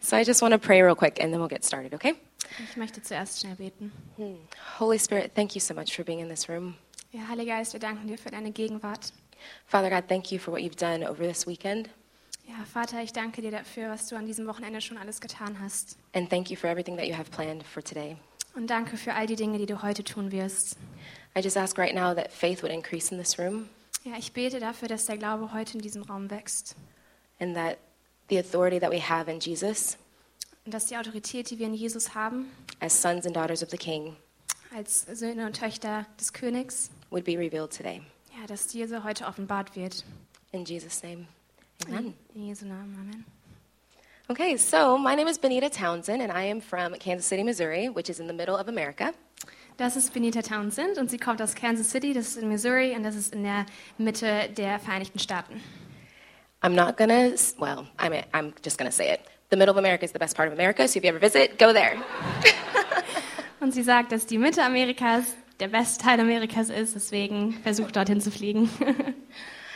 So I just want to pray real quick and then we'll get started, okay? Ich möchte zuerst schnell beten. Holy Spirit, thank you so much for being in this room. Ja, Heiliger Geist, wir danken dir für deine Gegenwart. Father God, thank you for what you've done over this weekend. Ja, Vater, ich danke dir dafür, was du an diesem Wochenende schon alles getan hast. And thank you for everything that you have planned for today. Und danke für all die Dinge, die du heute tun wirst. I just ask right now that faith would increase in this room Ja, ich bete dafür, dass der Glaube heute in diesem Raum wächst. and that the authority that we have in Jesus Und dass die Autorität, die wir in Jesus haben, as sons and daughters of the King als Söhne und Töchter des Königs, would be revealed today. ja, dass diese heute offenbart wird. In Jesus' name, amen. In Jesu Namen, Amen. Okay, so my name is Benita Townsend and I am from Kansas City, Missouri, which is in the middle of America. Das ist Benita Townsend und sie kommt aus Kansas City, das ist in Missouri und das ist in der Mitte der Vereinigten Staaten. I'm not gonna, s- well, I'm, I'm just gonna say it. The middle of America is the best part of America, so if you ever visit, go there. Und sie sagt, dass die Mitte Amerikas der beste Teil Amerikas ist, deswegen versucht dorthin zu fliegen.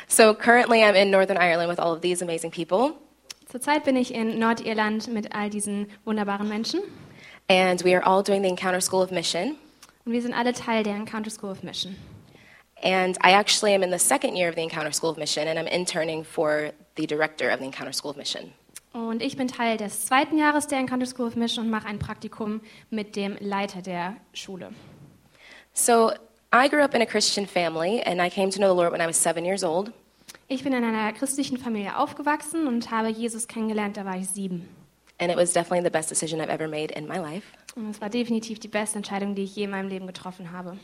So currently I'm in Northern Ireland with all of these amazing people, Zurzeit bin ich in Nordirland mit all diesen wunderbaren Menschen and we are all doing the Encounter School of Mission. und wir sind alle Teil der Encounter School of Mission. And I actually am in the second year of the Encounter School of Mission, and I'm interning for the director of the Encounter School of Mission. Und ich bin Teil des zweiten Jahres der Encounter School of Mission und mache ein Praktikum mit dem Leiter der Schule. So I grew up in a Christian family, and I came to know the Lord when I was seven years old. Ich bin in einer christlichen Familie aufgewachsen und habe Jesus kennengelernt, da war ich sieben. And it was definitely the best decision I've ever made in my life. Und es war definitiv die beste Entscheidung, die ich je in meinem Leben getroffen habe.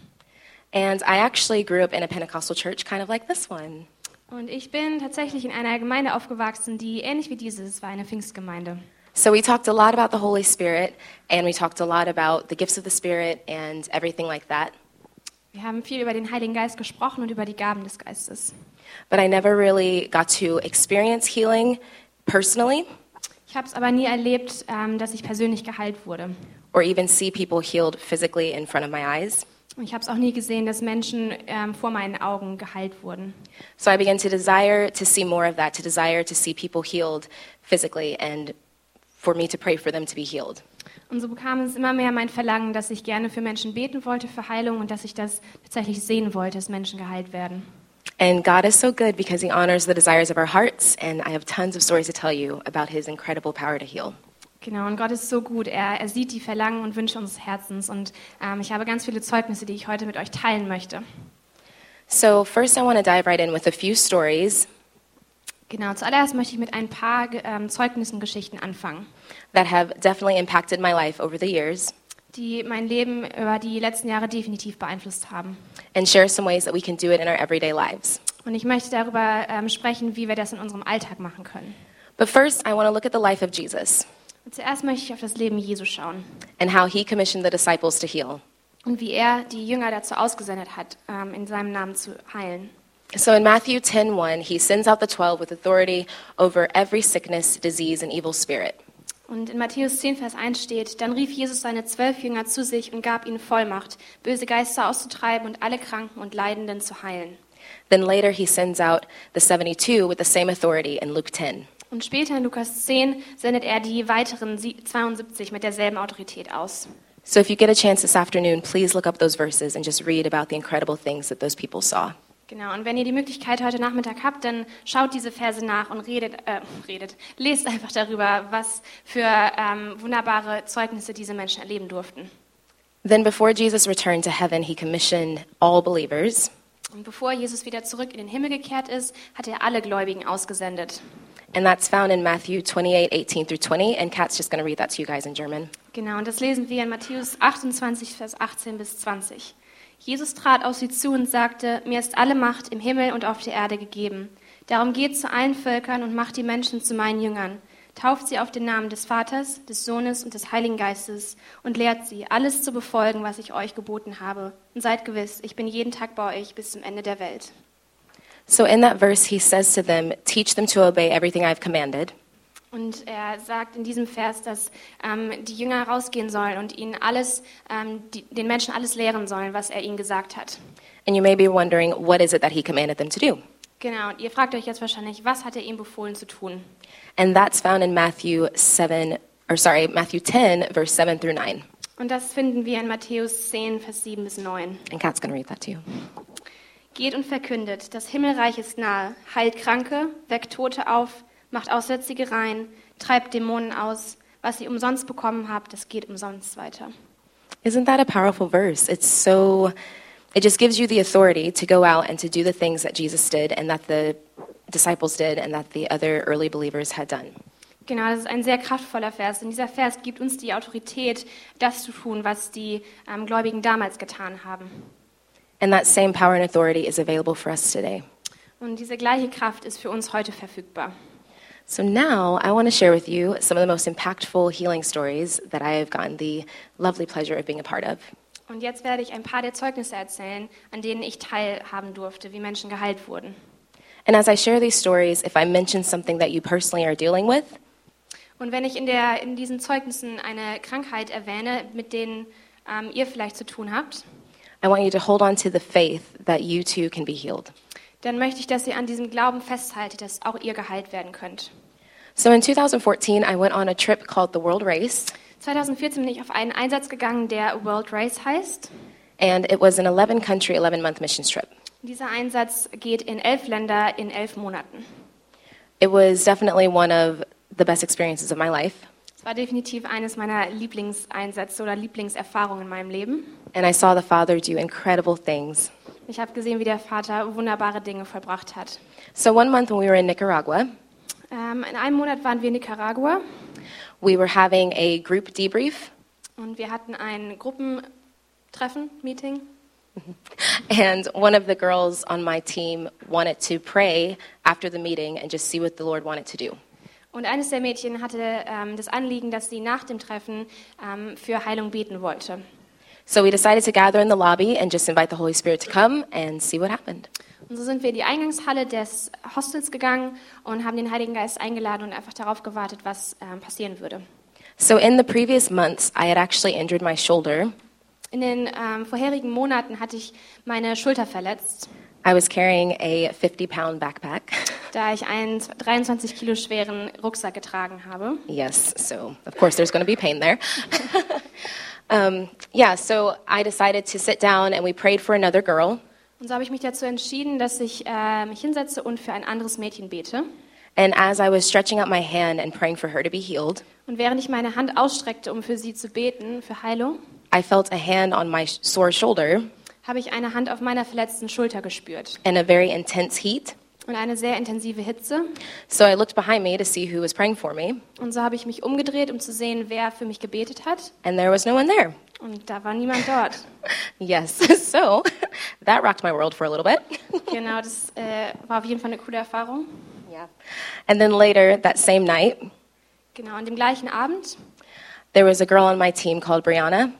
And I actually grew up in a Pentecostal church, kind of like this one. Und ich bin tatsächlich in einer Gemeinde aufgewachsen, die ähnlich wie dieses war eine Pfingstgemeinde. So we talked a lot about the Holy Spirit, and we talked a lot about the gifts of the Spirit and everything like that. Wir haben viel über den Heiligen Geist gesprochen und über die Gaben des Geistes. But I never really got to experience healing personally Ich habe es aber nie erlebt, ähm, dass ich persönlich geheilt wurde. or even see people healed physically in front of my eyes. Und ich habe es auch nie gesehen, dass Menschen ähm, vor meinen Augen geheilt wurden. So I began to desire to see more of that, to desire to see people healed physically and for me to pray for them to be healed. Und so bekam es immer mehr mein Verlangen, dass ich gerne für Menschen beten wollte, für Heilung und dass ich das tatsächlich sehen wollte, dass Menschen geheilt werden. And God is so good because He honors the desires of our hearts, and I have tons of stories to tell you about His incredible power to heal. Genau, und Gott ist so gut. Er, er sieht die Verlangen und Wünsche unseres Herzens. Und ähm, ich habe ganz viele Zeugnisse, die ich heute mit euch teilen möchte. So, first, I want to dive right in with a few stories Genau, zuallererst möchte ich mit ein paar Ge- ähm, Zeugnissen, Geschichten anfangen, that have definitely impacted my life over the years die mein Leben über die letzten Jahre definitiv beeinflusst haben. and share some ways that we can do it in our everyday lives. Und ich möchte darüber ähm, sprechen, wie wir das in unserem Alltag machen können. But first, I want to look at the life of Jesus Und zuerst möchte ich auf das Leben Jesu schauen and how He commissioned the disciples to heal. und wie er die Jünger dazu ausgesendet hat, ähm, in seinem Namen zu heilen. So in Matthew 10:1, he sends out the 12 with authority over every sickness, disease, and evil spirit. Und in Matthäus 10, Vers 1 steht, dann rief Jesus seine zwölf Jünger zu sich und gab ihnen Vollmacht, böse Geister auszutreiben und alle Kranken und Leidenden zu heilen. Then later he sends out the 72 with the same authority in Luke 10. Und später in Lukas 10 sendet er die weiteren sie- 72 mit derselben Autorität aus. So if you get a chance this afternoon, please look up those verses and just read about the incredible things that those people saw. Genau, und wenn ihr die Möglichkeit heute Nachmittag habt, dann schaut diese Verse nach und redet, äh, redet lest einfach darüber, was für ähm, wunderbare Zeugnisse diese Menschen erleben durften. Then before Jesus returned to heaven, he commissioned all believers Und bevor Jesus wieder zurück in den Himmel gekehrt ist, hat er alle Gläubigen ausgesendet. And that's found in Matthew 28, 18 through 20. And Kat's just going to read that to you guys in German. Genau, und das lesen wir in Matthäus 28, Vers 18 bis 20. Jesus trat auf sie zu und sagte, mir ist alle Macht im Himmel und auf der Erde gegeben. Darum geht zu allen Völkern und macht die Menschen zu meinen Jüngern. Tauft sie auf den Namen des Vaters, des Sohnes und des Heiligen Geistes und lehrt sie, alles zu befolgen, was ich euch geboten habe. Und seid gewiss, ich bin jeden Tag bei euch bis zum Ende der Welt. So in that verse, he says to them, Teach them to obey everything I've commanded. Und er sagt in diesem Vers, dass ähm, die Jünger rausgehen sollen und ihnen alles, ähm, die, den Menschen alles lehren sollen, was er ihnen gesagt hat. And you may be wondering, what is it that he commanded them to do? Genau, und ihr fragt euch jetzt wahrscheinlich, was hat er ihnen befohlen zu tun? And that's found in Matthew 7, or sorry, Matthew 10, verse 7 through 9. Und das finden wir in Matthäus 10, Vers 7 bis 9. And Kat's going to read that to you. Geht und verkündet, das Himmelreich ist nahe, heilt Kranke, weckt Tote auf, macht Aussätzige rein, treibt Dämonen aus. Was ihr umsonst bekommen habt, das geht umsonst weiter. Isn't that a powerful verse? It's so, it just gives you the authority to go out and to do the things that Jesus did and that the disciples did and that the other early believers had done. Genau, das ist ein sehr kraftvoller Vers. Und dieser Vers gibt uns die Autorität, das zu tun, was die ähm, Gläubigen damals getan haben. And that same power and authority is available for us today. Und diese gleiche Kraft ist für uns heute verfügbar. So now I want to share with you some of the most impactful healing stories that I have gotten the lovely pleasure of being a part of. Und jetzt werde ich ein paar der Zeugnisse erzählen, an denen ich teilhaben durfte, wie Menschen geheilt wurden. And as I share these stories, if I mention something that you personally are dealing with, Und wenn ich in, der, in diesen Zeugnissen eine Krankheit erwähne, mit denen ähm, ihr vielleicht zu tun habt, I want you to hold on to the faith that you too can be healed. dann möchte ich, dass ihr an diesem Glauben festhaltet, dass auch ihr geheilt werden könnt. So in 2014, I went on a trip called the World Race, 2014 bin ich auf einen Einsatz gegangen, der World Race heißt. and it was an 11 country, 11 month missions trip. Dieser Einsatz geht in elf Länder in elf Monaten. It was definitely one of the best experiences of my life, Es war definitiv eines meiner Lieblingseinsätze oder Lieblingserfahrungen in meinem Leben. and I saw the Father do incredible things. Ich habe gesehen, wie der Vater wunderbare Dinge vollbracht hat. So one month when we were in Nicaragua, Ähm, in einem Monat waren wir in Nicaragua we were having a group debrief, und wir hatten ein Gruppentreffen, Meeting. and one of the girls on my team wanted to pray after the meeting and just see what the Lord wanted to do. Und eines der Mädchen hatte ähm, das Anliegen, dass sie nach dem Treffen ähm, für Heilung beten wollte. So we decided to gather in the lobby and just invite the Holy Spirit to come and see what happened. Und so sind wir in die Eingangshalle des Hostels gegangen und haben den Heiligen Geist eingeladen und einfach darauf gewartet, was ähm, passieren würde. So in the previous months, I had actually injured my shoulder. In den ähm, vorherigen Monaten hatte ich meine Schulter verletzt, I was carrying a 50 pound backpack. da ich einen 23 Kilo schweren Rucksack getragen habe. yes, so of course there's going to be pain there. um, yeah, so I decided to sit down and we prayed for another girl. Und so habe ich mich dazu entschieden, dass ich äh, mich hinsetze und für ein anderes Mädchen bete. And as I was stretching out my hand and praying for her to be healed, Und während ich meine Hand ausstreckte, um für sie zu beten, für Heilung, I felt a hand on my sh- sore shoulder habe ich eine Hand auf meiner verletzten Schulter gespürt and a very intense heat. und eine sehr intensive Hitze. So I looked behind me to see who was praying for me, Und so habe ich mich umgedreht, um zu sehen, wer für mich gebetet hat. and there was no one there. Und da war niemand dort. Yes, so that rocked my world for a little bit. Genau, das äh, war auf jeden Fall eine coole Erfahrung. yeah. And then later that same night, Genau, an dem gleichen Abend, there was a girl on my team called Brianna,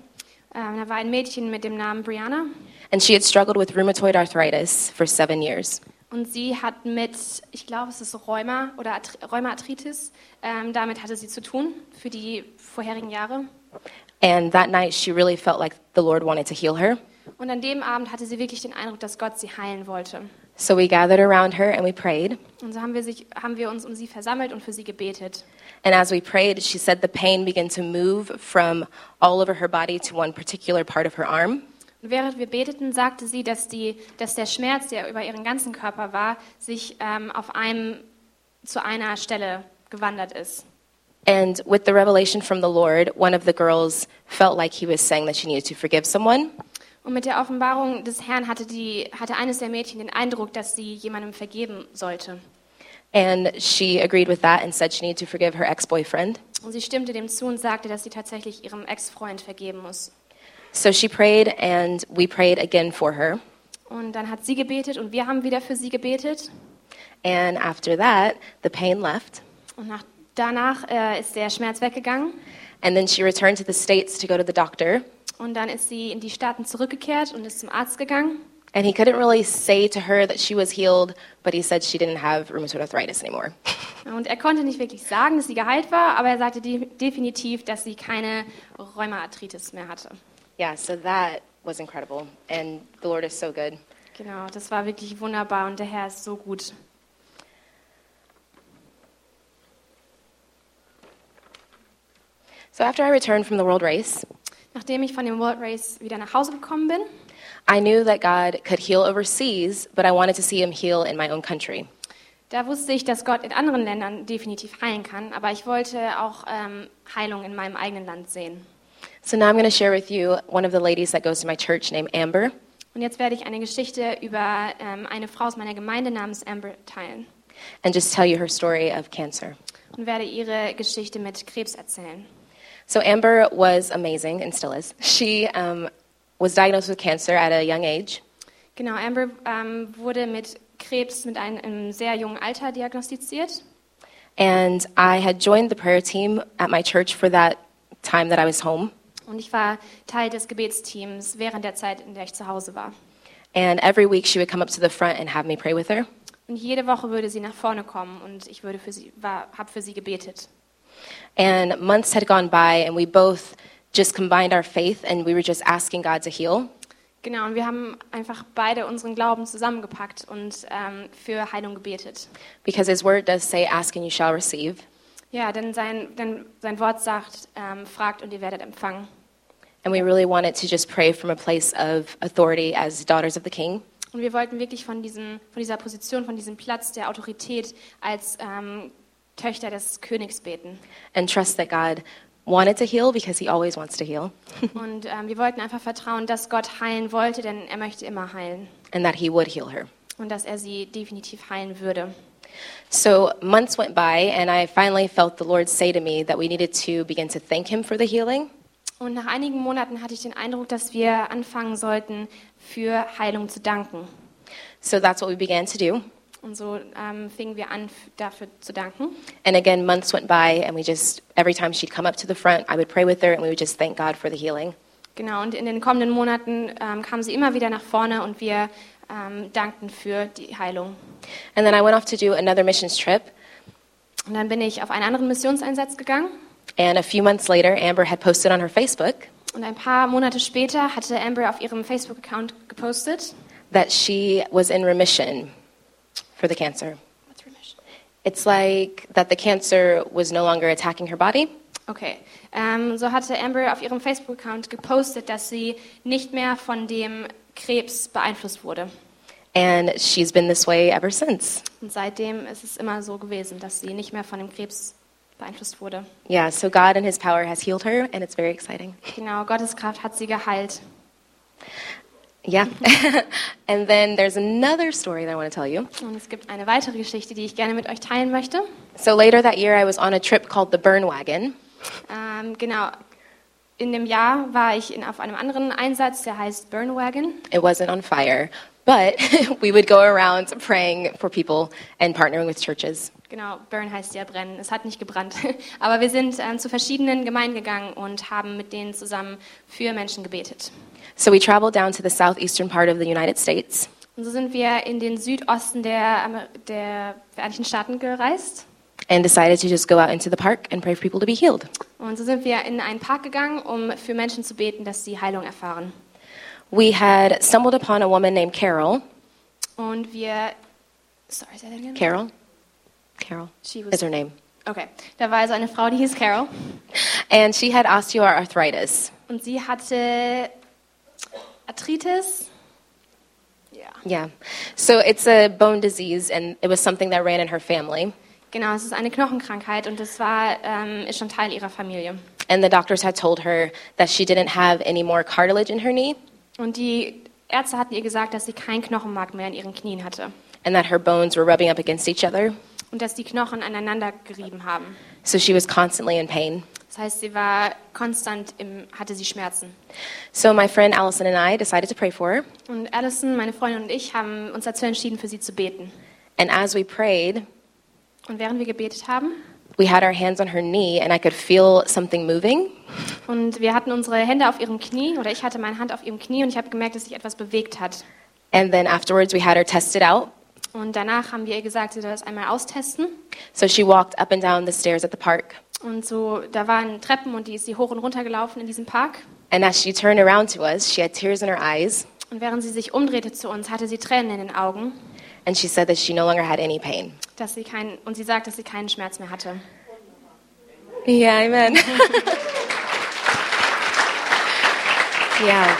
ähm, da war ein Mädchen mit dem Namen Brianna and she had struggled with rheumatoid arthritis for seven years. und sie hat mit, ich glaube, es ist Rheuma oder At Rheumaarthritis, ähm, damit hatte sie zu tun für die vorherigen Jahre. And that night, she really felt like the Lord wanted to heal her. Und an dem Abend hatte sie wirklich den Eindruck, dass Gott sie heilen wollte. So we gathered around her and we prayed. Und so haben wir, sich, haben wir uns um sie versammelt und für sie gebetet. And as we prayed, she said the pain began to move from all over her body to one particular part of her arm. Und während wir beteten, sagte sie, dass, die, dass der Schmerz, der über ihren ganzen Körper war, sich ähm, auf einem, zu einer Stelle gewandert ist. And with the revelation from the Lord, one of the girls felt like he was saying that she needed to forgive someone. Und mit der Offenbarung des Herrn hatte, die, hatte eines der Mädchen den Eindruck, dass sie jemandem vergeben sollte. And she agreed with that and said she needed to forgive her ex boyfriend. Und sie stimmte dem zu und sagte, dass sie tatsächlich ihrem Ex-Freund vergeben muss. So she prayed and we prayed again for her. Und dann hat sie gebetet und wir haben wieder für sie gebetet. And after that, the pain left. Und nach, danach äh, ist der Schmerz weggegangen. And then she returned to the States to go to the doctor. Und dann ist sie in die Staaten zurückgekehrt und ist zum Arzt gegangen. And he couldn't really say to her that she was healed, but he said she didn't have rheumatoid arthritis anymore. Und er konnte nicht wirklich sagen, dass sie geheilt war, aber er sagte de definitiv, dass sie keine Rheumaarthritis mehr hatte. yeah, so that was incredible. And the Lord is so good. Genau, das war wirklich wunderbar und der Herr ist so gut. So after I returned from the world race, Nachdem ich von dem World Race wieder nach Hause gekommen bin, I knew that God could heal overseas, but I wanted to see him heal in my own country. da wusste ich, dass Gott in anderen Ländern definitiv heilen kann, aber ich wollte auch ähm, Heilung in meinem eigenen Land sehen. So now I'm going to share with you one of the ladies that goes to my church named Amber. Und jetzt werde ich eine Geschichte über ähm, eine Frau aus meiner Gemeinde namens Amber teilen and just tell you her story of cancer. und werde ihre Geschichte mit Krebs erzählen. So Amber was amazing and still is. She um, was diagnosed with cancer at a young age. Genau, Amber ähm, wurde mit Krebs mit einem, einem sehr jungen Alter diagnostiziert. And I had joined the prayer team at my church for that time that I was home. Und ich war Teil des Gebetsteams während der Zeit, in der ich zu Hause war. And every week she would come up to the front and have me pray with her. Und jede Woche würde sie nach vorne kommen und ich würde für sie, habe für sie gebetet. And months had gone by, and we both just combined our faith and we were just asking God to heal. Genau, und wir haben einfach beide unseren Glauben zusammengepackt und ähm, für Heilung gebetet. Because his word does say, Ask and you shall receive. Ja, denn sein, denn sein Wort sagt, ähm, fragt und ihr werdet empfangen. And we really wanted to just pray from a place of authority as daughters of the king. Und wir wollten wirklich von, diesem, von dieser Position, von diesem Platz der Autorität als ähm, Töchter des Königs beten. and trust that God wanted to heal because he always wants to heal Und ähm, wir wollten einfach vertrauen, dass Gott heilen wollte, denn er möchte immer heilen and that he would heal her. und dass er sie definitiv heilen würde. So months went by and I finally felt the Lord say to me that we needed to begin to thank him for the healing Und nach einigen Monaten hatte ich den Eindruck, dass wir anfangen sollten, für Heilung zu danken. So that's what we began to do. Und so ähm, fingen wir an, f- dafür zu danken. And again months went by and we just every time she'd come up to the front I would pray with her and we would just thank God for the healing. Genau, und in den kommenden Monaten ähm, kam sie immer wieder nach vorne und wir ähm, dankten für die Heilung. And then I went off to do another missions trip Und dann bin ich auf einen anderen Missionseinsatz gegangen. and a few months later Amber had posted on her Facebook Und ein paar Monate später hatte Amber auf ihrem Facebook-Account gepostet, that she was in remission for the cancer. What's remission? It's like that the cancer was no longer attacking her body Okay. Ähm, so hatte Amber auf ihrem Facebook-Account gepostet, dass sie nicht mehr von dem Krebs beeinflusst wurde. and she's been this way ever since. Und seitdem ist es immer so gewesen, dass sie nicht mehr von dem Krebs beeinflusst wurde. Yeah, so God and his power has healed her and it's very exciting. Genau, Gottes Kraft hat sie geheilt. Yeah. and then there's another story that I want to tell you. Und es gibt eine weitere Geschichte, die ich gerne mit euch teilen möchte. So later that year I was on a trip called the Burn Wagon Ähm, genau, in dem Jahr war ich in, auf einem anderen Einsatz, der heißt Burnwagon. It wasn't on fire, but we would go around praying for people and partnering with churches. Genau, Burn heißt ja brennen. Es hat nicht gebrannt. Aber wir sind ähm, zu verschiedenen Gemeinden gegangen und haben mit denen zusammen für Menschen gebetet. So we traveled down to the southeastern part of the United States Und so sind wir in den Südosten der, Amer- der Vereinigten Staaten gereist. and decided to just go out into the park and pray for people to be healed. Und so sind wir in einen Park gegangen, um für Menschen zu beten, dass sie Heilung erfahren. We had stumbled upon a woman named Carol. Und wir. Sorry, say that again. Carol? Carol She was- is her name. Okay, da war also eine Frau, die hieß Carol. And she had osteoarthritis. Und sie hatte Arthritis. Ja. Yeah. So it's a bone disease, and it was something that ran in her family. Genau, es ist eine Knochenkrankheit und das war, ähm, ist schon Teil ihrer Familie. And the doctors had told her that she didn't have any more cartilage in her knee Und die Ärzte hatten ihr gesagt, dass sie keinen Knochenmark mehr in ihren Knien hatte and that her bones were rubbing up against each other. und dass die Knochen aneinander gerieben haben. So she was constantly in pain. Das heißt, sie war konstant im, hatte sie Schmerzen. So my friend Allison and I decided to pray for her. Und Alison, meine Freundin und ich haben uns dazu entschieden, für sie zu beten. And as we prayed, Und während wir gebetet haben we had our hands on her knee, and I could feel something moving. und wir hatten unsere Hände auf ihrem Knie oder ich hatte meine Hand auf ihrem Knie und ich habe gemerkt, dass sich etwas bewegt hat. And then afterwards, we had her tested out. Und danach haben wir ihr gesagt, sie soll das einmal austesten. So she walked up and down the stairs at the park. Und so, da waren Treppen und die ist sie hoch und runter gelaufen in diesem Park. And as she turned around to us, she had tears in her eyes, Und während sie sich umdrehte zu uns, hatte sie Tränen in den Augen, and she said that she no longer had any pain. dass sie keinen, und sie sagt, dass sie keinen Schmerz mehr hatte. Yeah, amen. Yeah.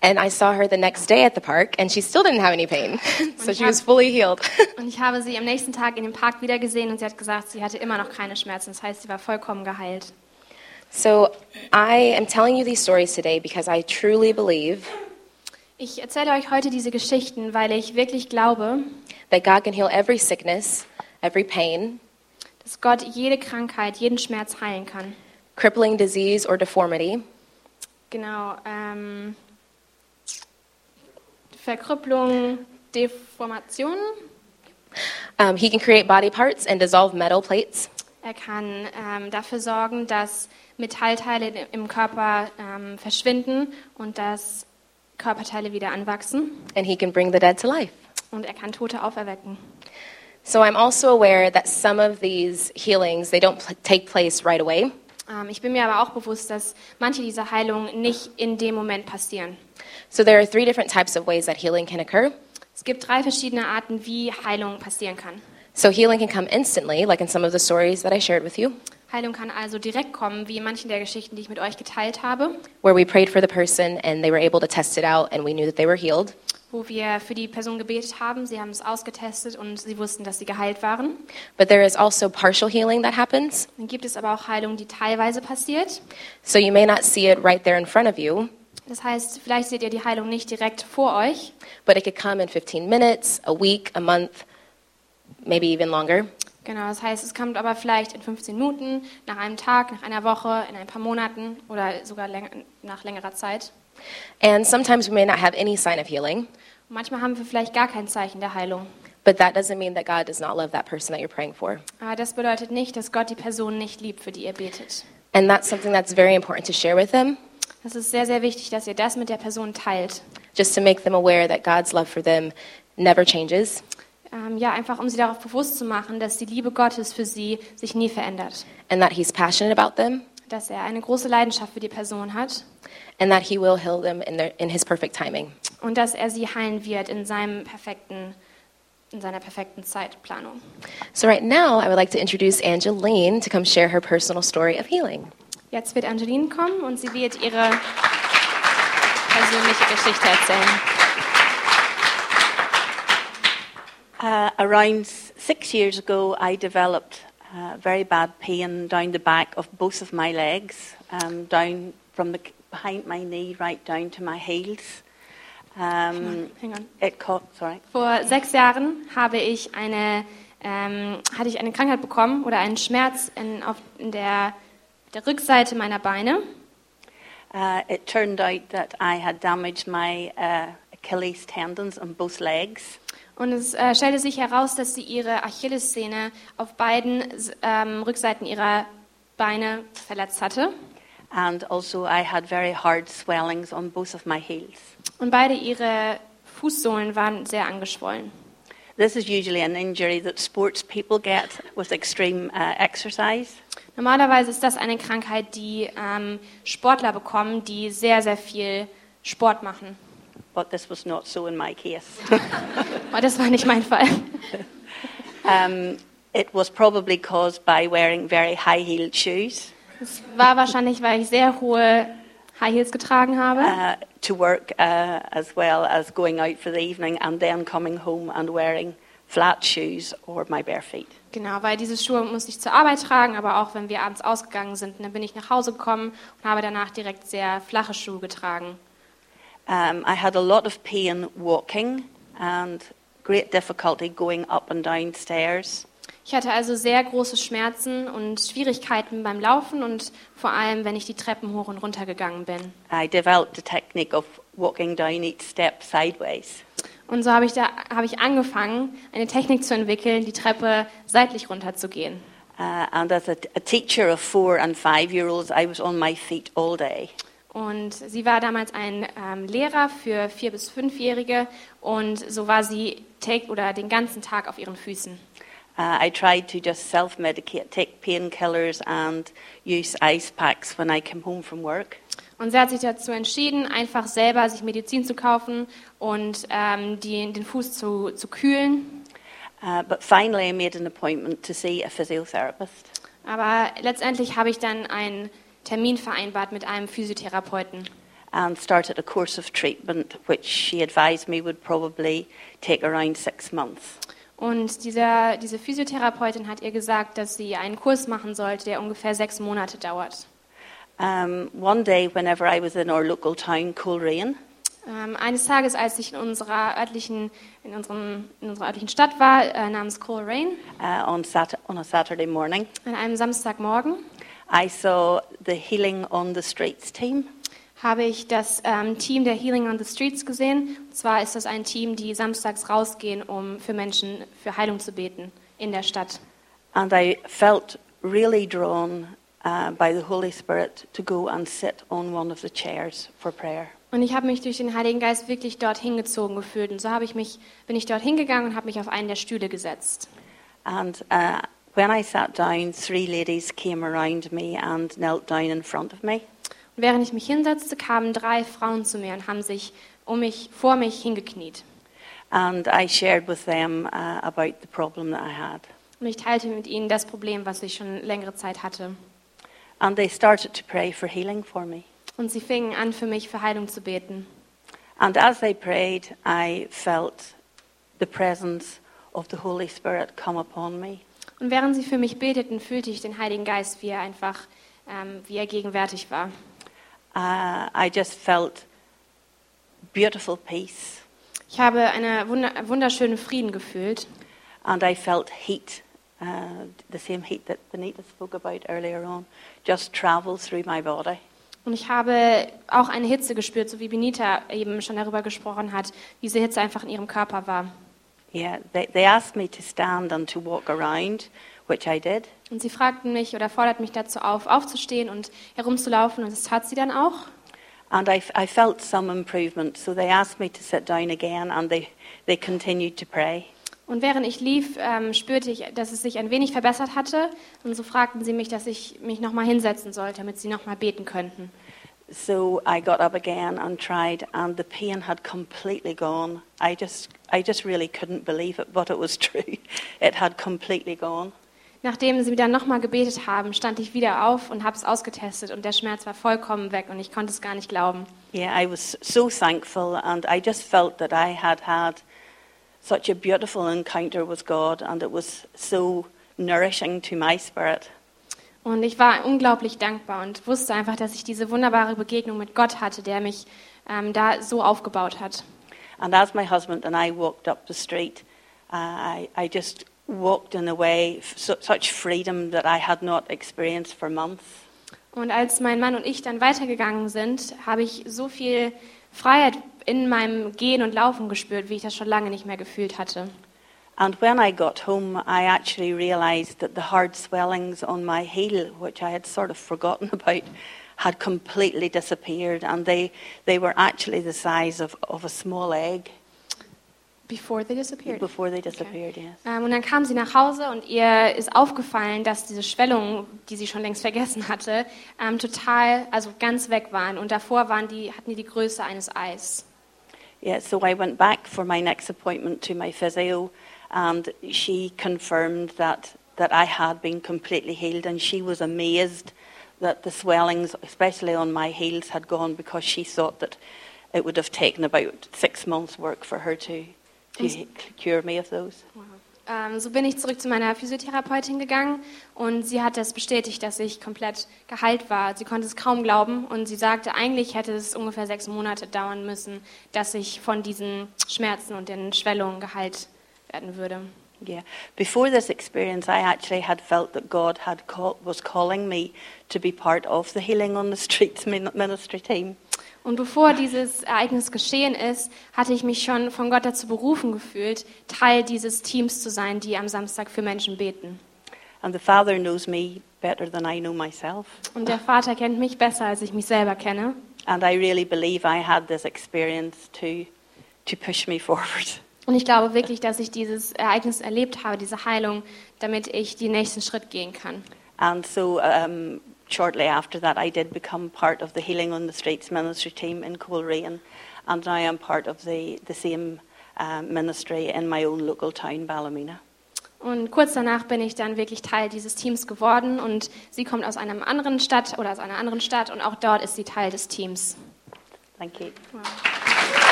And I saw her the next day at the park, and she still didn't have any pain. so she was fully healed. Und ich habe sie am nächsten Tag in dem Park wieder gesehen und sie hat gesagt, sie hatte immer noch keine Schmerzen. Das heißt, sie war vollkommen geheilt. so I am telling you these stories today because I truly believe Ich erzähle euch heute diese Geschichten, weil ich wirklich glaube, that God can heal every sickness, every pain, dass Gott jede Krankheit, jeden Schmerz heilen kann. crippling disease, or deformity. Genau. Ähm, Verkrüppelung, Deformationen. Um, he can create body parts and dissolve metal plates. Er kann ähm, dafür sorgen, dass Metallteile im- im Körper ähm, verschwinden und dass Körperteile wieder anwachsen. and he can bring the dead to life. Und er kann Tote auferwecken. So I'm also aware that some of these healings they don't pl- take place right away. Ähm, ich bin mir aber auch bewusst, dass manche dieser Heilungen nicht in dem Moment passieren. So there are three different types of ways that healing can occur. Es gibt drei verschiedene Arten, wie Heilung passieren kann. So healing can come instantly, like in some of the stories that I shared with you, Heilung kann also direkt kommen, wie in manchen der Geschichten, die ich mit euch geteilt habe, where we prayed for the person and they were able to test it out and we knew that they were healed. wo wir für die Person gebetet haben. Sie haben es ausgetestet und sie wussten, dass sie geheilt waren. But there is also partial healing that happens. Dann gibt es aber auch Heilung, die teilweise passiert. So you may not see it right there in front of you, Das heißt, vielleicht seht ihr die Heilung nicht direkt vor euch, but it could come in 15 minutes, a week, a month, maybe even longer. Genau, das heißt, es kommt aber vielleicht in 15 Minuten, nach einem Tag, nach einer Woche, in ein paar Monaten oder sogar läng nach längerer Zeit. And sometimes we may not have any sign of healing. Und manchmal haben wir vielleicht gar kein Zeichen der Heilung. But that doesn't mean that God does not love that person that you're praying for. Aber das bedeutet nicht, dass Gott die Person nicht liebt, für die ihr betet. And that's something that's very important to share with them, Das ist sehr, sehr wichtig, dass ihr das mit der Person teilt. just to make them aware that God's love for them never changes Ähm, ja, einfach um sie darauf bewusst zu machen, dass die Liebe Gottes für sie sich nie verändert. and that He's passionate about them Dass er eine große Leidenschaft für die Person hat and that He will heal them in, their, in His perfect timing. und dass er sie heilen wird in, seinem perfekten, in seiner perfekten Zeitplanung. So, right now, I would like to introduce Angeline to come share her personal story of healing. Jetzt wird Angeline kommen und sie wird ihre persönliche Geschichte erzählen. Uh, around s- six years ago, I developed uh, very bad pain down the back of both of my legs, um, down from the, c- behind my knee right down to my heels. Um, Hang on. it caught, sorry. Vor sechs Jahren habe ich eine, ähm, hatte ich eine Krankheit bekommen oder einen Schmerz in, auf in der, der Rückseite meiner Beine. Uh, it turned out that I had damaged my uh, Achilles tendons on both legs. Und es äh, stellte sich heraus, dass sie ihre Achillessehne auf beiden s- ähm, Rückseiten ihrer Beine verletzt hatte. And also, I had very hard swellings on both of my heels. Und beide ihre Fußsohlen waren sehr angeschwollen. This is usually an injury that sports people get with extreme uh, exercise. Normalerweise ist das eine Krankheit, die ähm, Sportler bekommen, die sehr, sehr viel Sport machen. but this was not so in my case. Aber das war nicht mein Fall. um, it was probably caused by wearing very high heeled shoes Es war wahrscheinlich, weil ich sehr hohe High Heels getragen habe uh, to work, uh, as well as going out for the evening and then coming home and wearing flat shoes or my bare feet. Genau, weil diese Schuhe musste ich zur Arbeit tragen, aber auch wenn wir abends ausgegangen sind. Und dann bin ich nach Hause gekommen und habe danach direkt sehr flache Schuhe getragen. Um, I had a lot of pain walking and great difficulty going up and down stairs. Ich hatte also sehr große Schmerzen und Schwierigkeiten beim Laufen und vor allem, wenn ich die Treppen hoch und runter gegangen bin. I developed a technique of walking down each step sideways. Und so habe ich, da, habe ich angefangen, eine Technik zu entwickeln, die Treppe seitlich runterzugehen. Uh, and as a, a teacher of four and five year olds, I was on my feet all day. Und sie war damals ein ähm, Lehrer für vier bis fünfjährige und so war sie take, oder den ganzen Tag auf ihren Füßen. Uh, I tried to just self medicate, take painkillers and use ice packs when I came home from work. Und sie hat sich dazu entschieden, einfach selber sich Medizin zu kaufen und ähm, die, den Fuß zu, zu kühlen. Uh, but finally, I made an appointment to see a physiotherapist. Aber letztendlich habe ich dann einen Termin vereinbart mit einem Physiotherapeuten and started a course of treatment which she advised me would probably take around six months. Und dieser, diese Physiotherapeutin hat ihr gesagt, dass sie einen Kurs machen sollte, der ungefähr sechs Monate dauert. Um, one day, whenever I was in our local town, Coleraine, Ähm, eines Tages, als ich in unserer örtlichen, in unserem, in unserer örtlichen Stadt war, äh, namens Coleraine, uh, on, Sat- on a Saturday morning, an einem Samstagmorgen, I saw the Healing on the Streets team. habe ich das ähm, Team der Healing on the Streets gesehen. Und zwar ist das ein Team, die samstags rausgehen, um für Menschen für Heilung zu beten in der Stadt. And I felt really drawn uh, by the Holy Spirit to go and sit on one of the chairs for prayer. Und ich habe mich durch den Heiligen Geist wirklich dort hingezogen gefühlt. Und so habe ich mich, bin ich dort hingegangen und habe mich auf einen der Stühle gesetzt. And uh, when I sat down, three ladies came around me and knelt down in front of me. Und während ich mich hinsetzte, kamen drei Frauen zu mir und haben sich um mich, vor mich hingekniet. And I shared with them uh, about the problem that I had. Und ich teilte mit ihnen das Problem, was ich schon längere Zeit hatte. And they started to pray for healing for me. Und sie fingen an, für mich für Heilung zu beten. And as they prayed, I felt the presence of the Holy Spirit come upon me. Und während sie für mich beteten, fühlte ich den Heiligen Geist, wie er einfach, ähm, wie er gegenwärtig war. Uh, I just felt beautiful peace, Ich habe einen wunder wunderschönen Frieden gefühlt and I felt heat, uh, the same heat that Benita spoke about earlier on, just travel through my body. und ich habe auch eine Hitze gespürt, so wie Benita eben schon darüber gesprochen hat, wie diese Hitze einfach in ihrem Körper war. Yeah, they, they asked me to stand and to walk around, which I did. Und sie fragten mich oder forderten mich dazu auf, aufzustehen und herumzulaufen und das tat sie dann auch. And I, f- I felt some improvement, so they asked me to sit down again, and they, they continued to pray. Und während ich lief, ähm, spürte ich, dass es sich ein wenig verbessert hatte. Und so fragten sie mich, dass ich mich nochmal hinsetzen sollte, damit sie nochmal beten könnten. So I got up again and tried, and the pain had completely gone. I just, I just really couldn't believe it, but it was true. It had completely gone. Nachdem sie dann nochmal gebetet haben, stand ich wieder auf und habe es ausgetestet. Und der Schmerz war vollkommen weg und ich konnte es gar nicht glauben. Yeah, I was so thankful, and I just felt that I had had such a beautiful encounter with God, and it was so nourishing to my spirit. Und ich war unglaublich dankbar und wusste einfach, dass ich diese wunderbare Begegnung mit Gott hatte, der mich ähm, da so aufgebaut hat. And as my husband and I walked up the street, uh, I, I just walked in a way, f- su- such freedom that I had not experienced for months. Und als mein Mann und ich dann weitergegangen sind, habe ich so viel Freiheit in meinem Gehen und Laufen gespürt, wie ich das schon lange nicht mehr gefühlt hatte. And when I got home, I actually realised that the hard swellings on my heel, which I had sort of forgotten about, had completely disappeared, and they, they were actually the size of, of a small egg Before they disappeared. before they disappeared, yes. Ähm, und dann kam sie nach Hause und ihr ist aufgefallen, dass diese Schwellungen, die sie schon längst vergessen hatte, ähm, total, also ganz weg waren. Und davor waren die, hatten die die Größe eines Eis. Yeah, so I went back for my next appointment to my physio, and she confirmed that, that I had been completely healed, and she was amazed that the swellings, especially on my heels, had gone because she thought that it would have taken about six months' work for her to, to Yes. cure me of those. Ähm, so bin ich zurück zu meiner Physiotherapeutin gegangen und sie hat das bestätigt, dass ich komplett geheilt war. Sie konnte es kaum glauben und sie sagte, eigentlich hätte es ungefähr sechs Monate dauern müssen, dass ich von diesen Schmerzen und den Schwellungen geheilt werden würde. Yeah. Before this experience, I actually had felt that God had call, was calling me to be part of the Healing on the Streets min- ministry team. Und bevor dieses Ereignis geschehen ist, hatte ich mich schon von Gott dazu berufen gefühlt, Teil dieses Teams zu sein, die am Samstag für Menschen beten. And the Father knows me better than I know myself. Und der Vater kennt mich besser, als ich mich selber kenne. And I really believe I had this experience to, to push me forward. Und ich glaube wirklich, dass ich dieses Ereignis erlebt habe, diese Heilung, damit ich den nächsten Schritt gehen kann. And so um, shortly after that, I did become part of the Healing on the Streets ministry team in Coleraine. And now uh, I'm part of the, the same um, ministry in my own local town, Ballymena. Und kurz danach bin ich dann wirklich Teil dieses Teams geworden und sie kommt aus einer anderen Stadt oder aus einer anderen Stadt und auch dort ist sie Teil des Teams. Thank you.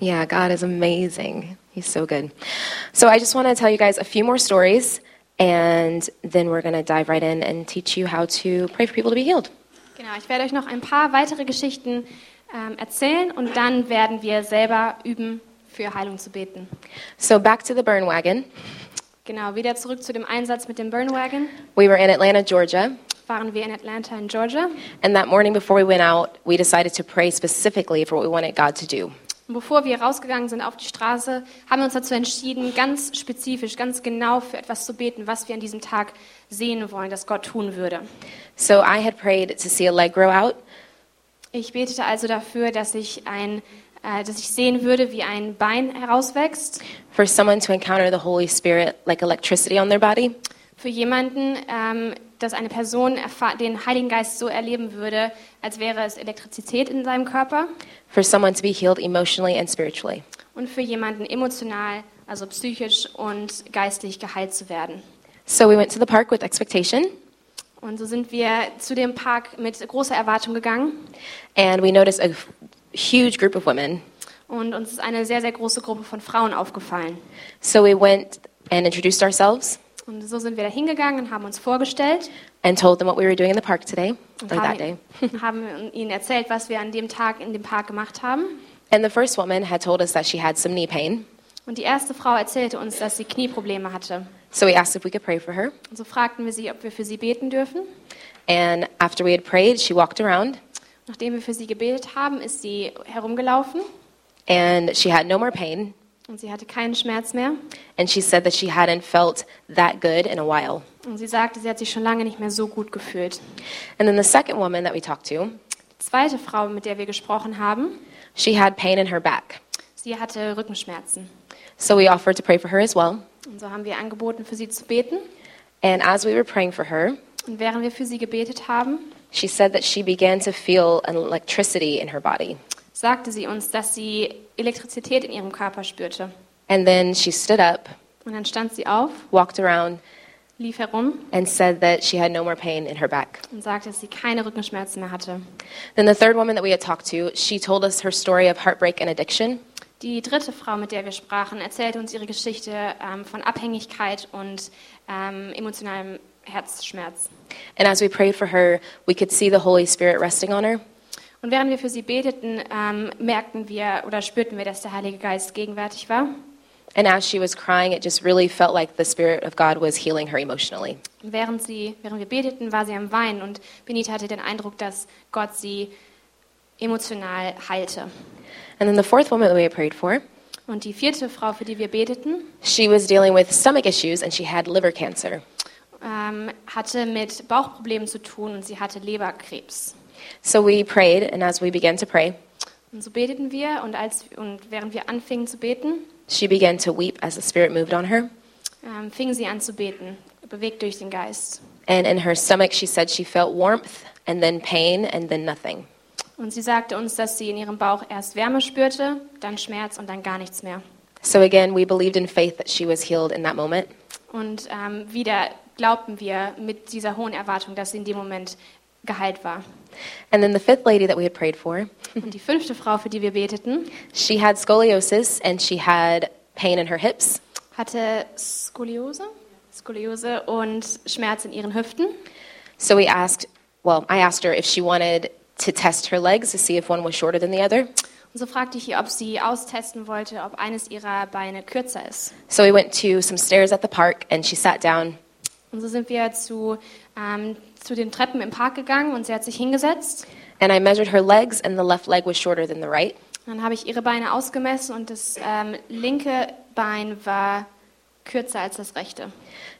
Yeah, God is amazing. He's so good. So I just want to tell you guys a few more stories, and then we're going to dive right in and teach you how to pray for people to be healed. Genau, ich werde euch noch ein paar weitere Geschichten ähm, erzählen und dann werden wir selber üben, für Heilung zu beten. So back to the burn wagon. Genau, wieder zurück zu dem Einsatz mit dem Burnwagon We were in Atlanta, Georgia, waren wir in Atlanta in Georgia. and that morning before we went out, we decided to pray specifically for what we wanted God to do. Und bevor wir rausgegangen sind auf die Straße, haben wir uns dazu entschieden, ganz spezifisch, ganz genau für etwas zu beten, was wir an diesem Tag sehen wollen, dass Gott tun würde. So I had prayed to see Allegro out, Ich betete also dafür, dass ich, ein, äh, dass ich sehen würde, wie ein Bein herauswächst for someone to encounter the Holy Spirit like electricity on their body, für jemanden, ähm, dass eine Person erfa- den Heiligen Geist so erleben würde, als wäre es Elektrizität in seinem Körper for someone to be healed emotionally and spiritually. und für jemanden emotional, also psychisch und geistlich geheilt zu werden. So we went to the park with expectation, Und so sind wir zu dem Park mit großer Erwartung gegangen and we noticed a f- huge group of women. und uns ist eine sehr, sehr große Gruppe von Frauen aufgefallen. So we went and introduced ourselves Und so sind wir da hingegangen und haben uns vorgestellt and told them what we were doing in the park today, or und that day. haben, haben ihnen erzählt, was wir an dem Tag in dem Park gemacht haben. And the first woman had told us that she had some knee pain. Und die erste Frau erzählte uns, dass sie Knieprobleme hatte. So we asked if we could pray for her. Und so fragten wir sie, ob wir für sie beten dürfen. And after we had prayed, she walked around Nachdem wir für sie gebetet haben, ist sie herumgelaufen and she had no more pain. und sie hatte keinen Schmerz mehr. And she said that she hadn't felt that good in a while. Und sie sagte, sie hat sich schon lange nicht mehr so gut gefühlt. And then the second woman that we talked to, Die zweite Frau, mit der wir gesprochen haben, she had pain in her back. sie hatte Rückenschmerzen. So we offered to pray for her as well. Und so haben wir angeboten, für sie zu beten. And as we were praying for her, Und während wir für sie gebetet haben, she said that she began to feel an electricity in her body. sagte sie uns, dass sie Elektrizität in ihrem Körper spürte. And then she stood up, Und dann stand sie auf, walked around, lief herum and said that she had no more pain in her back. und sagte, dass sie keine Rückenschmerzen mehr hatte. Then the third woman that we had talked to, she told us her story of heartbreak and addiction. Die dritte Frau, mit der wir sprachen, erzählte uns ihre Geschichte ähm, von Abhängigkeit und ähm, emotionalem Herzschmerz. And as we prayed for her, we could see the Holy Spirit resting on her. Und während wir für sie beteten, ähm, merkten wir oder spürten wir, dass der Heilige Geist gegenwärtig war. And as she was crying, it just really felt like the Spirit of God was healing her emotionally. Und während, sie, während wir beteten, war sie am Weinen und Benita hatte den Eindruck, dass Gott sie emotional heilte. And then the fourth woman that we had prayed for, Und die vierte Frau, für die wir beteten, she was dealing with stomach issues and she had liver cancer. ähm, hatte mit Bauchproblemen zu tun und sie hatte Leberkrebs. So we prayed, and as we began to pray, Und so beteten wir und, als, und während wir anfingen zu beten, she began to weep as the Spirit moved on her. ähm, fing sie an zu beten, bewegt durch den Geist. And in her stomach, she said she felt warmth and then pain and then nothing. Und sie sagte uns, dass sie in ihrem Bauch erst Wärme spürte, dann Schmerz und dann gar nichts mehr. So again, we believed in faith that she was healed in that moment. Und ähm, wieder glaubten wir mit dieser hohen Erwartung, dass sie in dem Moment geheilt war. And then the fifth lady that we had prayed for, Und die fünfte Frau, für die wir beteten, she had scoliosis and she had pain in her hips. hatte Skoliose, Skoliose und Schmerz in ihren Hüften. So we asked, well, I asked her if she wanted to test her legs to see if one was shorter than the other. Und so fragte ich ihr, ob sie austesten wollte, ob eines ihrer Beine kürzer ist. So we went to some stairs at the park and she sat down Und so sind wir zu, ähm, zu den Treppen im Park gegangen und sie hat sich hingesetzt. and I measured her legs and the left leg was shorter than the right. Dann habe ich ihre Beine ausgemessen und das ähm, linke Bein war kürzer als das rechte.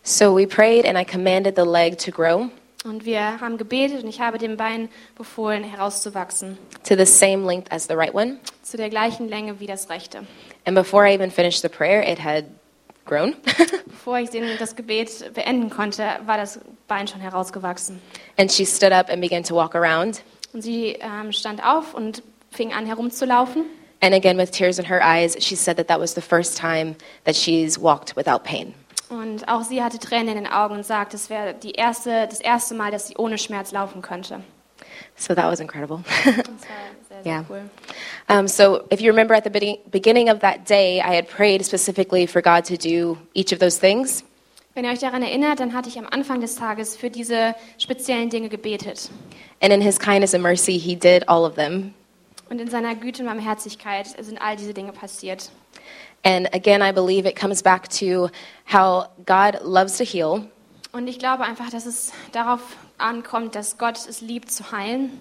So we prayed and I commanded the leg to grow Und wir haben gebetet und ich habe dem Bein befohlen, herauszuwachsen, to the same length as the right one. zu der gleichen Länge wie das rechte. And before I even finished the prayer, it had grown. Bevor ich den, das Gebet beenden konnte, war das Bein schon herausgewachsen. and she stood up and began to walk around. Und sie ähm, stand auf und fing an herumzulaufen. And again, with tears in her eyes, she said that that was the first time that she's walked without pain. Und auch sie hatte Tränen in den Augen und sagt, es wäre die erste, das erste Mal, dass sie ohne Schmerz laufen könnte. So that was incredible. Das war sehr, sehr Yeah. cool. Um, so, if you remember at the be- beginning of that day, I had prayed specifically for God to do each of those things. Wenn ihr euch daran erinnert, dann hatte ich am Anfang des Tages für diese speziellen Dinge gebetet. And in His kindness and mercy, He did all of them. Und in seiner Güte und Barmherzigkeit sind all diese Dinge passiert. And again, I believe it comes back to how God loves to heal, Und ich glaube einfach, dass es darauf ankommt, dass Gott es liebt zu heilen.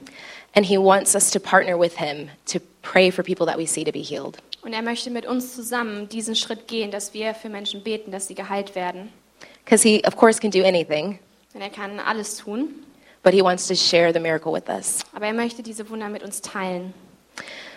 and He wants us to partner with Him to pray for people that we see to be healed. Und er möchte mit uns zusammen diesen Schritt gehen, dass wir für Menschen beten, dass sie geheilt werden. Because He, of course, can do anything, Und er kann alles tun, but He wants to share the miracle with us. aber er möchte diese Wunder mit uns teilen.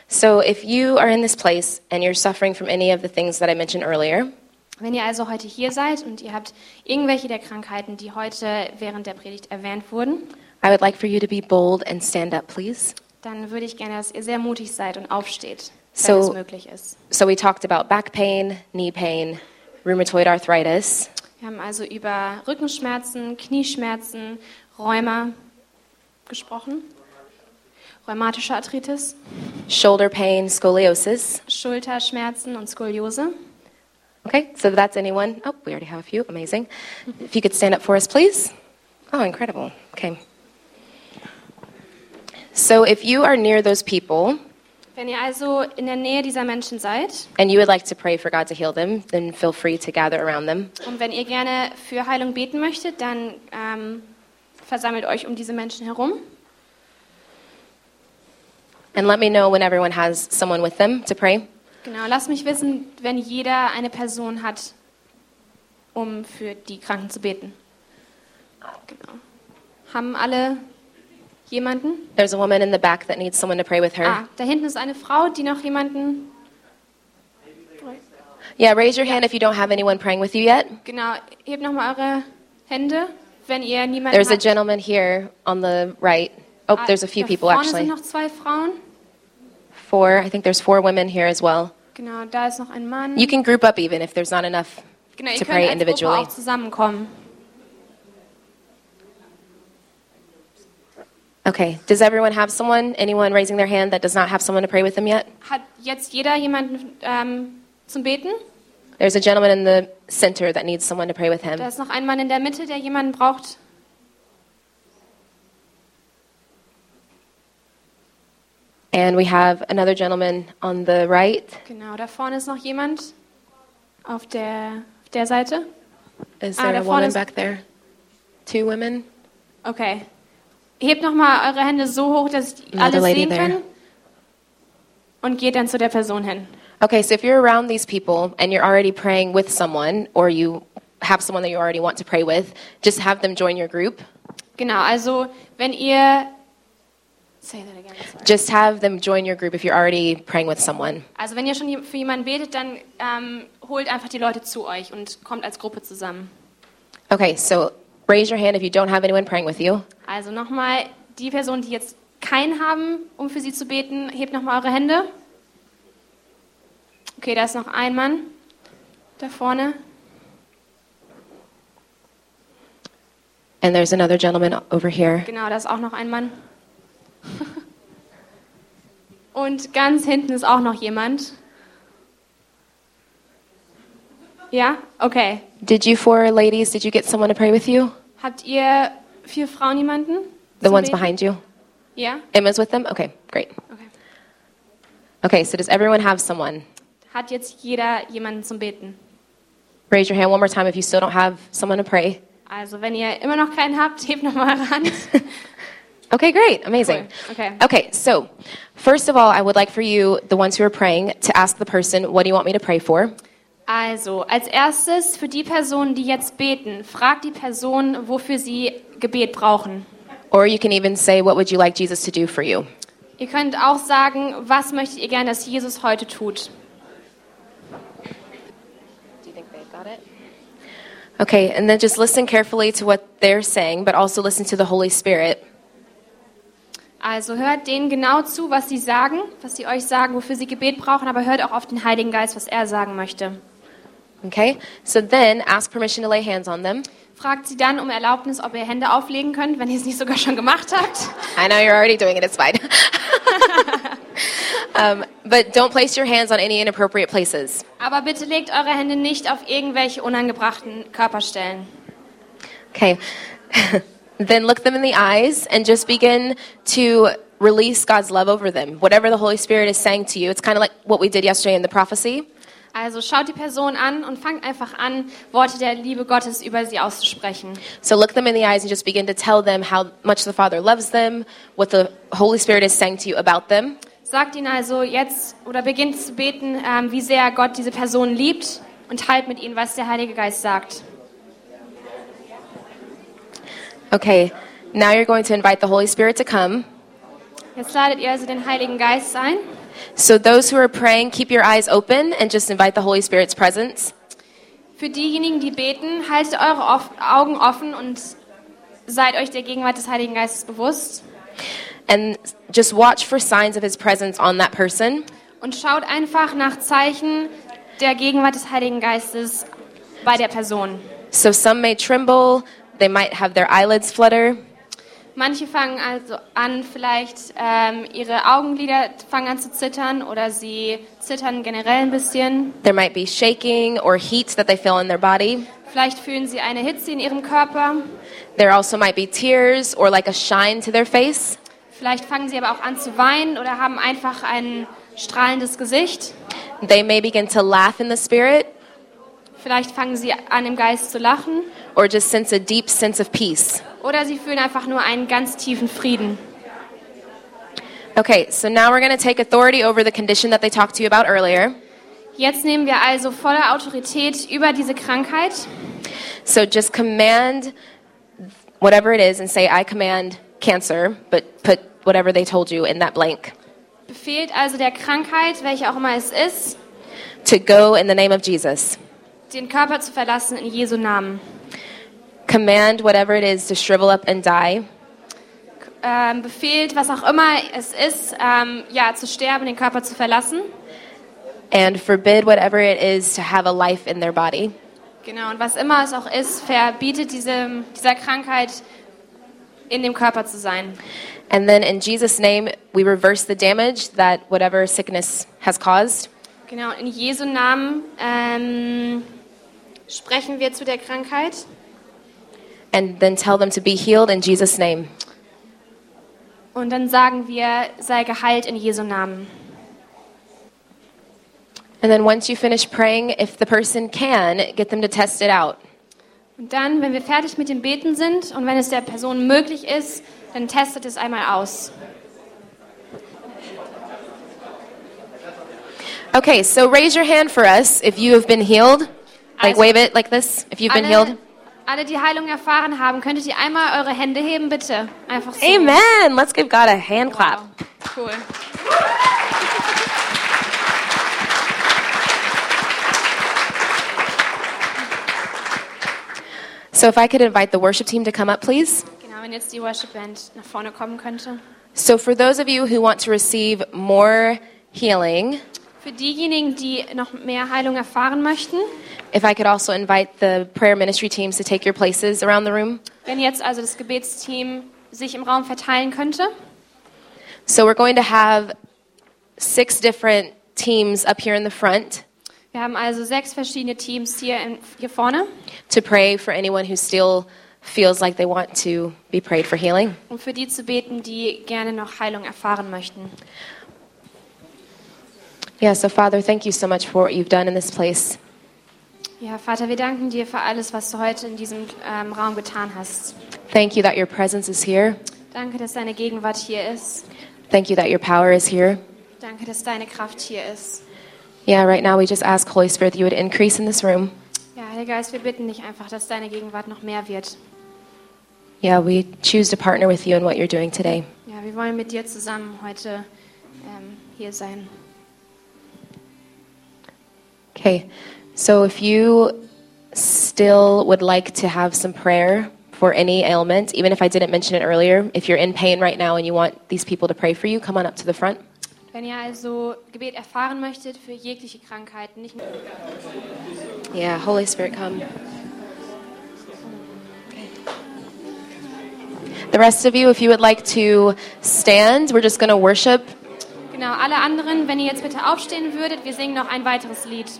So, if you are in this place and you're suffering from any of the things that I mentioned earlier, Wenn ihr also heute hier seid und ihr habt irgendwelche der Krankheiten, die heute während der Predigt erwähnt wurden, I would like for you to be bold and stand up, please. dann würde ich gerne, dass ihr sehr mutig seid und aufsteht, wenn So- es möglich ist. So, we talked about back pain, knee pain, rheumatoid arthritis, Wir haben also über Rückenschmerzen, Knieschmerzen, Rheuma gesprochen, rheumatische Arthritis, shoulder pain, scoliosis. Schulterschmerzen und Skoliose. Okay, so that's anyone. Oh, we already have a few. Amazing. If you could stand up for us, please. Oh, incredible. Okay. So, if you are near those people Wenn ihr also in der Nähe dieser Menschen seid and you would like to pray for God to heal them, then feel free to gather around them. und wenn ihr gerne für Heilung beten möchtet, dann ähm, versammelt euch um diese Menschen herum And let me know when everyone has someone with them to pray. Genau, lass mich wissen, wenn jeder eine Person hat, um für die Kranken zu beten. Genau. Haben alle jemanden? There's a woman in the back that needs someone to pray with her. Ah, da hinten ist eine Frau, die noch jemanden. Yeah, raise your hand if you don't have anyone praying with you yet. Genau, hebt nochmal eure Hände, wenn ihr niemanden There's a habt. gentleman here on the right. Oh, Ah, there's a few da people vorne actually. sind noch zwei Frauen. Four. I think there's four women here as well. Genau, da ist noch ein Mann. You can group up even if there's not enough genau, ihr to könnt als pray Gruppe individually. auch zusammenkommen. Okay. Does everyone have someone? Anyone raising their hand that does not have someone to pray with them yet? Hat jetzt jeder jemanden ähm, zum Beten? There's a gentleman in the center that needs someone to pray with Da him. ist noch ein Mann in der Mitte, der jemanden braucht. And we have another gentleman on the right. Genau, da vorne ist noch jemand auf der, auf der Seite. Is Ah, there da a vorne woman ist- back there? Two women? Okay. Hebt nochmal eure Hände so hoch, dass die Another alle lady sehen there. können. Und geht dann zu der Person hin. Okay, so if you're around these people and you're already praying with someone or you have someone that you already want to pray with, just have them join your group. Genau, also wenn ihr. Say that again, sorry. Just have them join your group if you're already praying with someone. Also wenn ihr schon je- für jemanden betet, dann ähm, holt einfach die Leute zu euch und kommt als Gruppe zusammen. Okay, so raise your hand if you don't have anyone praying with you. Also nochmal, die Person, die jetzt keinen haben, um für sie zu beten, hebt nochmal eure Hände. Okay, da ist noch ein Mann. Da vorne. And there's another gentleman over here. Genau, da ist auch noch ein Mann. Und ganz hinten ist auch noch jemand. Ja? Okay. Did you four ladies, did you get someone to pray with you? Habt ihr vier Frauen jemanden? The zum ones Beten? behind you? Ja? Emma's with them? Okay, great. Okay. Okay, so does everyone have someone? Hat jetzt jeder jemanden zum Beten? Raise your hand one more time if you still don't have someone to pray. Also, wenn ihr immer noch keinen habt, hebt nochmal eure Hand. Okay, great. Amazing. Cool. Okay. Okay, so first of all, I would like for you, the ones who are praying, to ask the person, what do you want me to pray for? Also, als erstes für die Personen, die jetzt beten, fragt die Person, wofür sie Gebet brauchen. Or you can even say, what would you like Jesus to do for you? Ihr könnt auch sagen, was möchtet ihr gern, dass Jesus heute tut? Do you think they've got it? Okay, and then just listen carefully to what they're saying, but also listen to the Holy Spirit. Also hört denen genau zu, was sie sagen, was sie euch sagen, wofür sie Gebet brauchen, aber hört auch auf den Heiligen Geist, was er sagen möchte. Okay? So then ask permission to lay hands on them. Fragt sie dann um Erlaubnis, ob ihr Hände auflegen könnt, wenn ihr es nicht sogar schon gemacht habt. I know you're already doing it, it's fine. um, but don't place your hands on any inappropriate places. Aber bitte legt eure Hände nicht auf irgendwelche unangebrachten Körperstellen. Okay. then look them in the eyes and just begin to release God's love over them. Whatever the Holy Spirit is saying to you, it's kind of like what we did yesterday in the prophecy. Also schaut die Person an und fangt einfach an, Worte der Liebe Gottes über sie auszusprechen. So look them in the eyes and just begin to tell them how much the Father loves them, what the Holy Spirit is saying to you about them. Sagt ihnen also jetzt oder beginnt zu beten, ähm, wie sehr Gott diese Person liebt und teilt mit ihnen, was der Heilige Geist sagt. Okay, now you're going to invite the Holy Spirit to come. Jetzt ladet ihr also den Heiligen Geist ein. So those who are praying, keep your eyes open and just invite the Holy Spirit's presence. Für diejenigen, die beten, haltet eure off Augen offen und seid euch der Gegenwart des Heiligen Geistes bewusst And just watch for signs of his presence on that person. und schaut einfach nach Zeichen der Gegenwart des Heiligen Geistes bei der Person. So some may tremble, they might have their eyelids flutter. Manche fangen also an, vielleicht ähm, ihre Augenlider fangen an zu zittern oder sie zittern generell ein bisschen. There might be shaking or heat that they feel in their body. Vielleicht fühlen sie eine Hitze in ihrem Körper. There also might be tears or like a shine to their face. Vielleicht fangen sie aber auch an zu weinen oder haben einfach ein strahlendes Gesicht. They may begin to laugh in the spirit Vielleicht fangen sie an, im Geist zu lachen. or just sense a deep sense of peace. Oder sie fühlen einfach nur einen ganz tiefen Frieden. Okay, so now we're going to take authority over the condition that they talked to you about earlier. Jetzt nehmen wir also volle Autorität über diese Krankheit. So just command whatever it is and say, I command cancer, but put whatever they told you in that blank Befehlt also der Krankheit, welche auch immer es ist, to go in the name of Jesus. den Körper zu verlassen in Jesu Namen. Command whatever it is to shrivel up and die. Ähm, befehlt, was auch immer es ist, ähm, ja, zu sterben, den Körper zu verlassen. and forbid whatever it is to have a life in their body. Genau, und was immer es auch ist, verbietet diese, dieser Krankheit, in dem Körper zu sein. And then in Jesus' name, we reverse the damage that whatever sickness has caused. Genau, in Jesu Namen ähm, sprechen wir zu der Krankheit. And then tell them to be healed in Jesus' name. Und dann sagen wir, sei geheilt in Jesu Namen. And then once you finish praying, if the person can, get them to test it out. Und dann, wenn wir fertig mit dem Beten sind und wenn es der Person möglich ist, dann testet es einmal aus. Okay, so raise your hand for us if you have been healed. Like Also- wave it like this if you've been healed. Alle, alle, die Heilung erfahren haben, könntet ihr einmal eure Hände heben, bitte? Einfach so. Amen. Let's give God a hand clap. Cool. So if I could invite the worship team to come up, please. Genau, wenn jetzt die Worship Band nach vorne kommen könnte. So for those of you who want to receive more healing, Für diejenigen, die noch mehr Heilung erfahren möchten, If I could also invite the prayer ministry teams to take your places around the room. wenn jetzt also das Gebetsteam sich im Raum verteilen könnte. So we're going to have six different teams up here in the front Wir haben also sechs verschiedene Teams hier, in, hier vorne, to pray for anyone who still feels like they want to be prayed for healing. um für die zu beten, die gerne noch Heilung erfahren möchten. Yeah, so Father, thank you so much for what you've done in this place. Ja, Vater, wir danken dir für alles, was du heute in diesem ähm, Raum getan hast. Thank you that your presence is here. Danke, dass deine Gegenwart hier ist. Thank you that your power is here. Danke, dass deine Kraft hier ist. Yeah, right now we just ask Holy Spirit that you would increase in this room. Ja, Heiliger Geist, wir bitten dich einfach, dass deine Gegenwart noch mehr wird. Yeah, we choose to partner with you in what you're doing today. Ja, wir wollen mit dir zusammen heute ähm, hier sein. Okay, so if you still would like to have some prayer for any ailment, even if I didn't mention it earlier. If you're in pain right now and you want these people to pray for you, come on up to the front. Wenn ihr also Gebet erfahren möchtet für jegliche Krankheiten, nicht nur Yeah, Holy Spirit, come. The rest of you, if you would like to stand, we're just going to worship genau alle anderen, wenn ihr jetzt bitte aufstehen würdet, wir singen noch ein weiteres Lied.